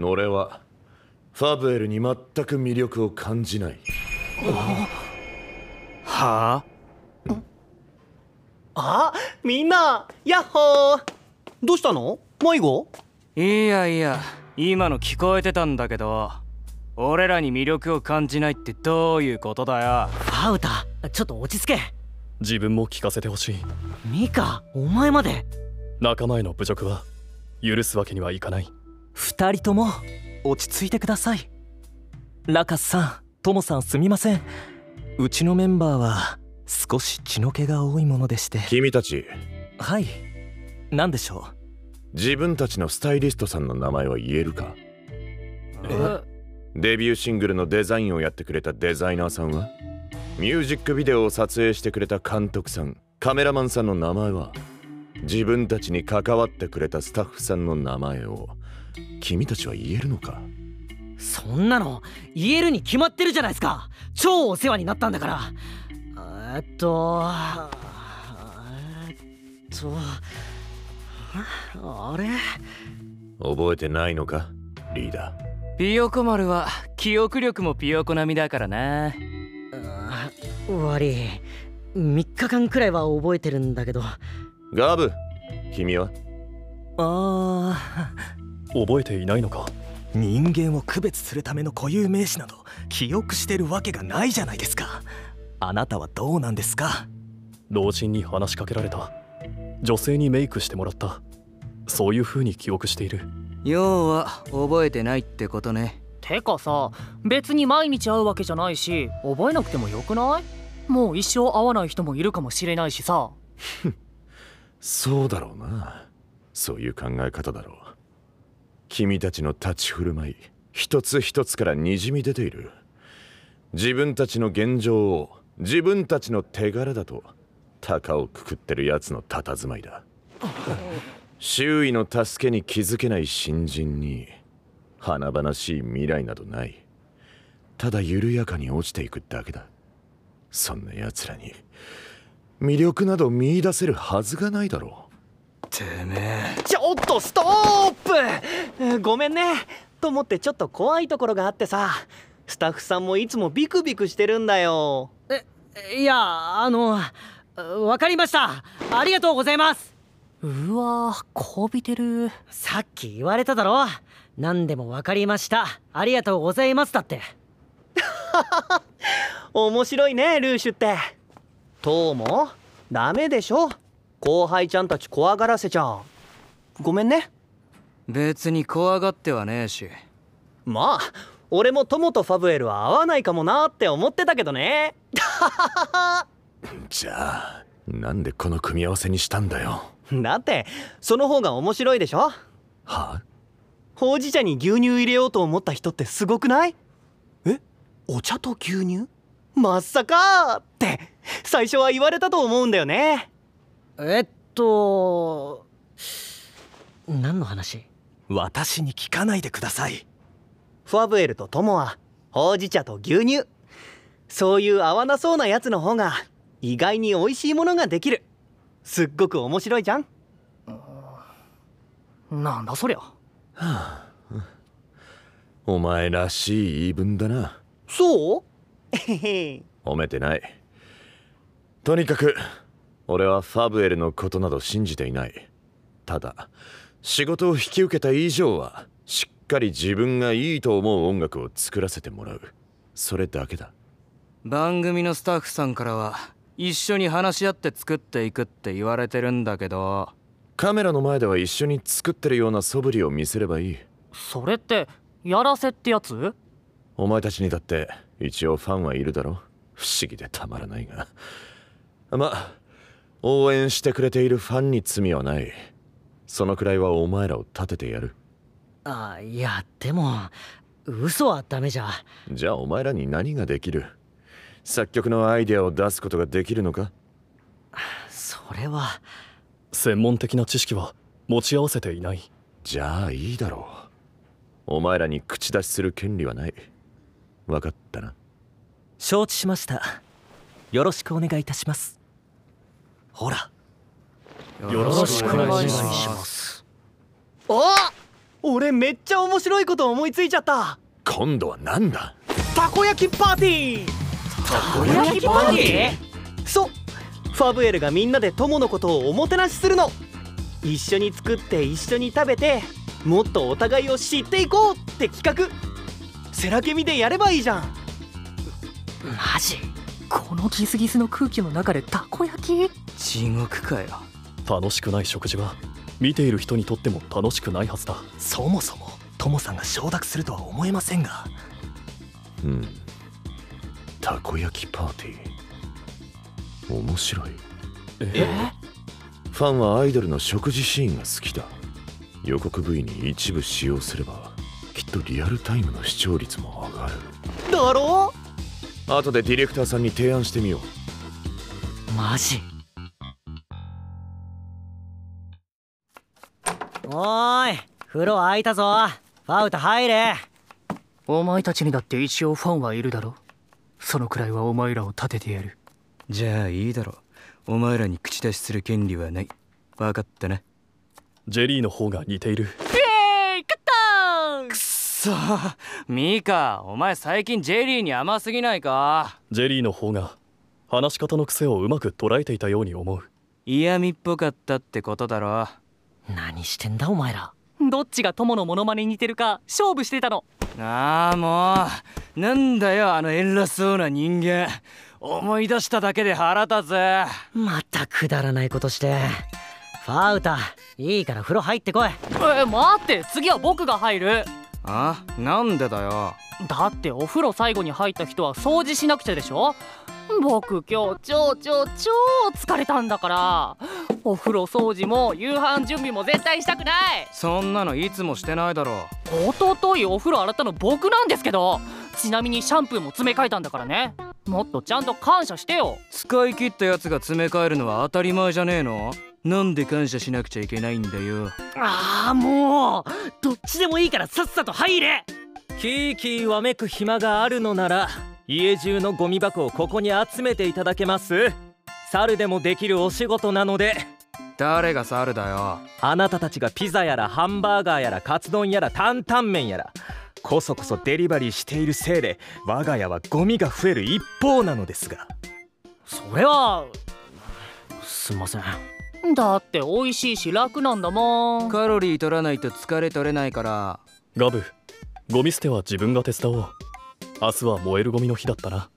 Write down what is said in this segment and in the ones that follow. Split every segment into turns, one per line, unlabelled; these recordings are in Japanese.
俺はファブエルに全く魅力を感じない
はあ
あみんなヤッホーどうしたの迷子
いやいや今の聞こえてたんだけど俺らに魅力を感じないってどういうことだよ
ファウタちょっと落ち着け
自分も聞かせてほしい
ミカお前まで
仲間への侮辱は許すわけにはいかない
2人とも落ち着いてくださいラカスさんトモさんすみませんうちのメンバーは少し血の気が多いものでして
君たち
はい何でしょ
自分たちのスタイリストさんの名前は言えるかデビューシングルのデザインをやってくれたデザイナーさんはミュージックビデオを撮影してくれた監督さんカメラマンさんの名前は自分たちに関わってくれたスタッフさんの名前を君たちは言えるのか
そんなの言えるに決まってるじゃないですか超お世話になったんだからえーっとえーっとああれ
覚えてないのかリーダー
ピヨコ丸は記憶力もピヨコ並みだからな
悪い3日間くらいは覚えてるんだけど
ガブ君は
うあ
覚えていないのか
ー人間を区別するための固有名詞など記憶してるわけがないじゃないですかあなたはどうなんですか
老人に話しかけられた女性にメイクしてもらったそういう風に記憶している
要は覚えてないってことね
てかさ別に毎日会うわけじゃないし覚えなくてもよくないもう一生会わない人もいるかもしれないしさ
そうだろうなそういう考え方だろう君たちの立ち振る舞い一つ一つからにじみ出ている自分たちの現状を自分たちの手柄だと鷹をくくってるやつの佇まいだ周囲の助けに気づけない新人に華々しい未来などないただ緩やかに落ちていくだけだそんな奴らに魅力など見出せるはずがないだろう
てめ
ちょっとストップえーごめんねと思ってちょっと怖いところがあってさスタッフさんもいつもビクビクしてるんだよえいやあのわかりましたありがとうございます
うわーこびてる
さっき言われただろ何でもわかりましたありがとうございますだって面白いねルーシュってどうもダメでしょ後輩ちゃんたち怖がらせちゃうごめんね
え別に怖がってはねえし
まあ俺もトモとファブエルは合わないかもなって思ってたけどね
じゃあなんでこの組み合わせにしたんだよ
だってその方が面白いでしょ
はあ
ほうじ茶に牛乳入れようと思った人ってすごくないえお茶と牛乳まさかって最初は言われたと思うんだよねえっと何の話
私に聞かないでください
ファブエルとトモはほうじ茶と牛乳そういう合わなそうなやつの方が意外に美味しいものができるすっごく面白いじゃん
なんだそりゃ
お前らしい言い分だな
そうえへへ
褒めてないとにかく俺はファブエルのことなど信じていないただ仕事を引き受けた以上はしっかり自分がいいと思う音楽を作らせてもらうそれだけだ
番組のスタッフさんからは一緒に話し合って作っていくって言われてるんだけど
カメラの前では一緒に作ってるような素振りを見せればいい
それってやらせってやつ
お前たちにだって一応ファンはいるだろ不思議でたまらないがまあ応援してくれているファンに罪はないそのくらいはお前らを立ててやる
あいやでも嘘はダメじゃ
じゃあお前らに何ができる作曲のアイデアを出すことができるのか
それは
専門的な知識は持ち合わせていない
じゃあいいだろうお前らに口出しする権利はない分かったな
承知しましたよろしくお願いいたしますほら
よろしくお願いし
お願いし
ま
ます
おお俺めっちゃ面白いこと思いついちゃった
今度は何だ
たこ焼きパーティー
焼きパーティー
そうファブエルがみんなで友のことをおもてなしするの一緒に作って一緒に食べてもっとお互いを知っていこうって企画セラケミでやればいいじゃん
マジこのギスギスの空気の中でたこ焼き
地獄かよ
楽しくない食事は見ている人にとっても楽しくないはずだ
そもそもトモさんが承諾するとは思えませんが
うんたこ焼きパーティー面白い
え
ファンはアイドルの食事シーンが好きだ予告 V に一部使用すればきっとリアルタイムの視聴率も上がる
だろ
後でディレクターさんに提案してみよう
マジ
おーい風呂空いたぞファウト入れ
お前たちにだって一応ファンはいるだろそのくらいはお前らを立ててやる
じゃあいいだろうお前らに口出しする権利はない分かったな
ジェリーの方が似ている
ミカお前最近ジェリーに甘すぎないか
ジェリーの方が話し方の癖をうまく捉えていたように思う
嫌味っぽかったってことだろ
何してんだお前ら
どっちが友のモノマネに似てるか勝負してたの
ああもうなんだよあの偉そうな人間思い出しただけで腹立つ
またくだらないことしてファウタいいから風呂入ってこい
え待って次は僕が入る
あなんでだよ
だってお風呂最後に入った人は掃除しなくちゃでしょ僕今日超超超疲れたんだからお風呂掃除も夕飯準備も絶対したくない
そんなのいつもしてないだろ
一昨日お風呂洗ったの僕なんですけどちなみにシャンプーも詰め替えたんだからねもっとちゃんと感謝してよ
使い切ったやつが詰め替えるのは当たり前じゃねえのなんで感謝しなくちゃいけないんだよ
ああもうどっちでもいいからさっさと入れ
キーキーわめく暇があるのなら家中のゴミ箱をここに集めていただけます猿でもできるお仕事なので
誰が猿だよ
あなたたちがピザやらハンバーガーやらカツ丼やら担々麺やらこそこそデリバリーしているせいで我が家はゴミが増える一方なのですが
それは
すんません
だって美味しいし楽なんだもん
カロリー取らないと疲れ取れないから
ガブゴミ捨ては自分が手伝おう明日は燃えるゴミの日だったな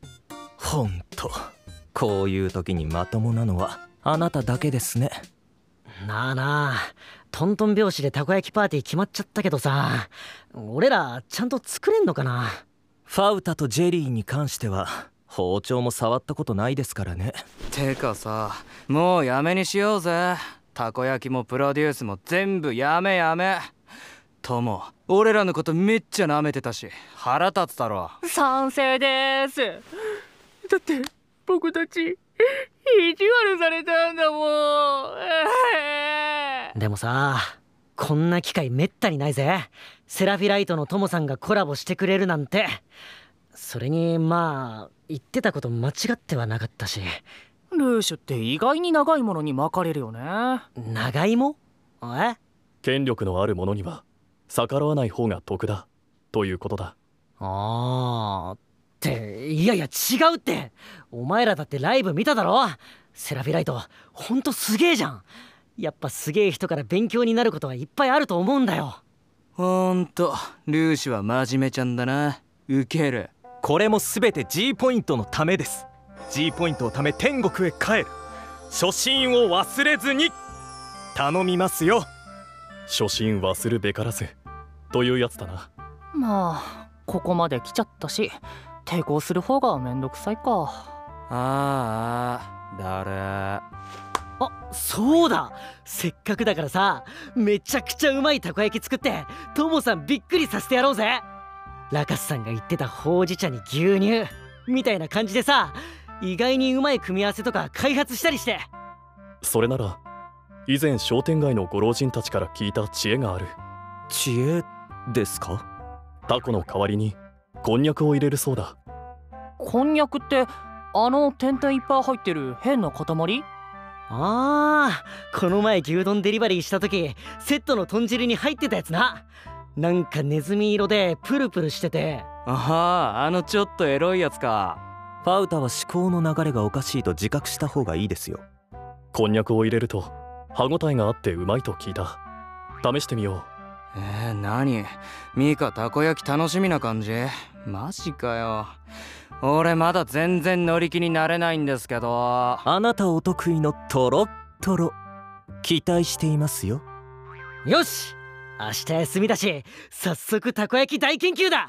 ほんとこういう時にまともなのはあなただけですね
なあなあトントン拍子でたこ焼きパーティー決まっちゃったけどさ俺らちゃんと作れんのかな
ファウタとジェリーに関しては包丁も触ったことないですからね
てかさもうやめにしようぜたこ焼きもプロデュースも全部やめやめとも俺らのことめっちゃ舐めてたし腹立つだろ
賛成ですだって僕たち意地悪されたんだもん
でもさこんな機会めったにないぜセラフィライトのトモさんがコラボしてくれるなんてそれにまあ言ってたこと間違ってはなかったし
ルーシュって意外に長いものに巻かれるよね
長芋え
権力のある者には逆らわない方が得だということだ
あーっていやいや違うってお前らだってライブ見ただろセラフィライトほんとすげえじゃんやっぱすげえ人から勉強になることはいっぱいあると思うんだよ
ほんとルーシュは真面目ちゃんだなウケる
これも全て G ポイントのためです G ポイントをため天国へ帰る初心を忘れずに頼みますよ
初心忘るべからずというやつだな
まあここまで来ちゃったし抵抗する方がめんどくさいか
ああだる
あそうだせっかくだからさめちゃくちゃうまいたこ焼き作ってトモさんびっくりさせてやろうぜラカスさんが言ってたほうじ茶に牛乳みたいな感じでさ意外にうまい組み合わせとか開発したりして
それなら以前商店街のご老人たちから聞いた知恵がある
知恵ですか
タコの代わりにこんにゃくを入れるそうだ
こんにゃくってあの点々いっぱい入ってる変な塊
ああこの前牛丼デリバリーした時セットの豚汁に入ってたやつななんかネズミ色でプルプルしてて
あああのちょっとエロいやつか
ファウタは思考の流れがおかしいと自覚した方がいいですよ
こんにゃくを入れると歯ごたえがあってうまいと聞いた試してみよ
えー、何ミカたこ焼き楽しみな感じマジかよ俺まだ全然乗り気になれないんですけど
あなたお得意のトロットロ期待していますよ
よし明日休みだし早速たこ焼き大研究だ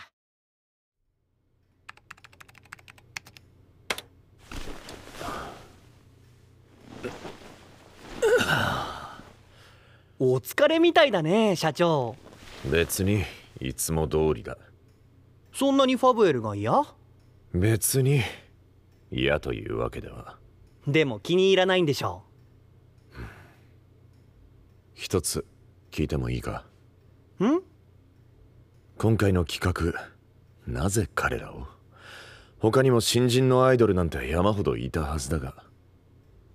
お疲れみたいだね社長
別にいつも通りだ
そんなにファブエルが嫌
別に嫌というわけでは
でも気に入らないんでしょ
一つ聞いてもいいか
ん
今回の企画なぜ彼らを他にも新人のアイドルなんて山ほどいたはずだが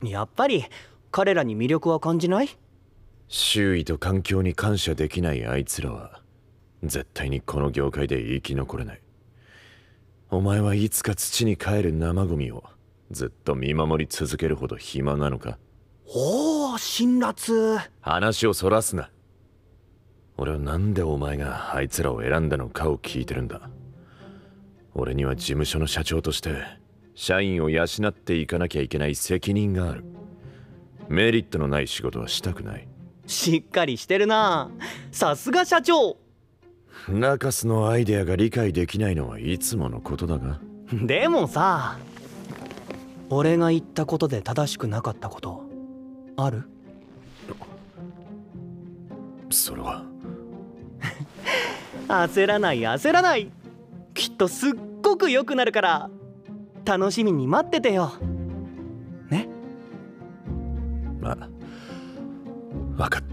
やっぱり彼らに魅力は感じない
周囲と環境に感謝できないあいつらは絶対にこの業界で生き残れないお前はいつか土に帰る生ゴミをずっと見守り続けるほど暇なのか
おお辛辣
話をそらすな俺はなんでお前があいつらを選んだのかを聞いてるんだ俺には事務所の社長として社員を養っていかなきゃいけない責任があるメリットのない仕事はしたくない
しっかりしてるなさすが社長
ラカスのアイデアが理解できないのはいつものことだが
でもさ俺が言ったことで正しくなかったことある
それは
焦らない焦らないきっとすっごく良くなるから楽しみに待っててよ
まあ分かった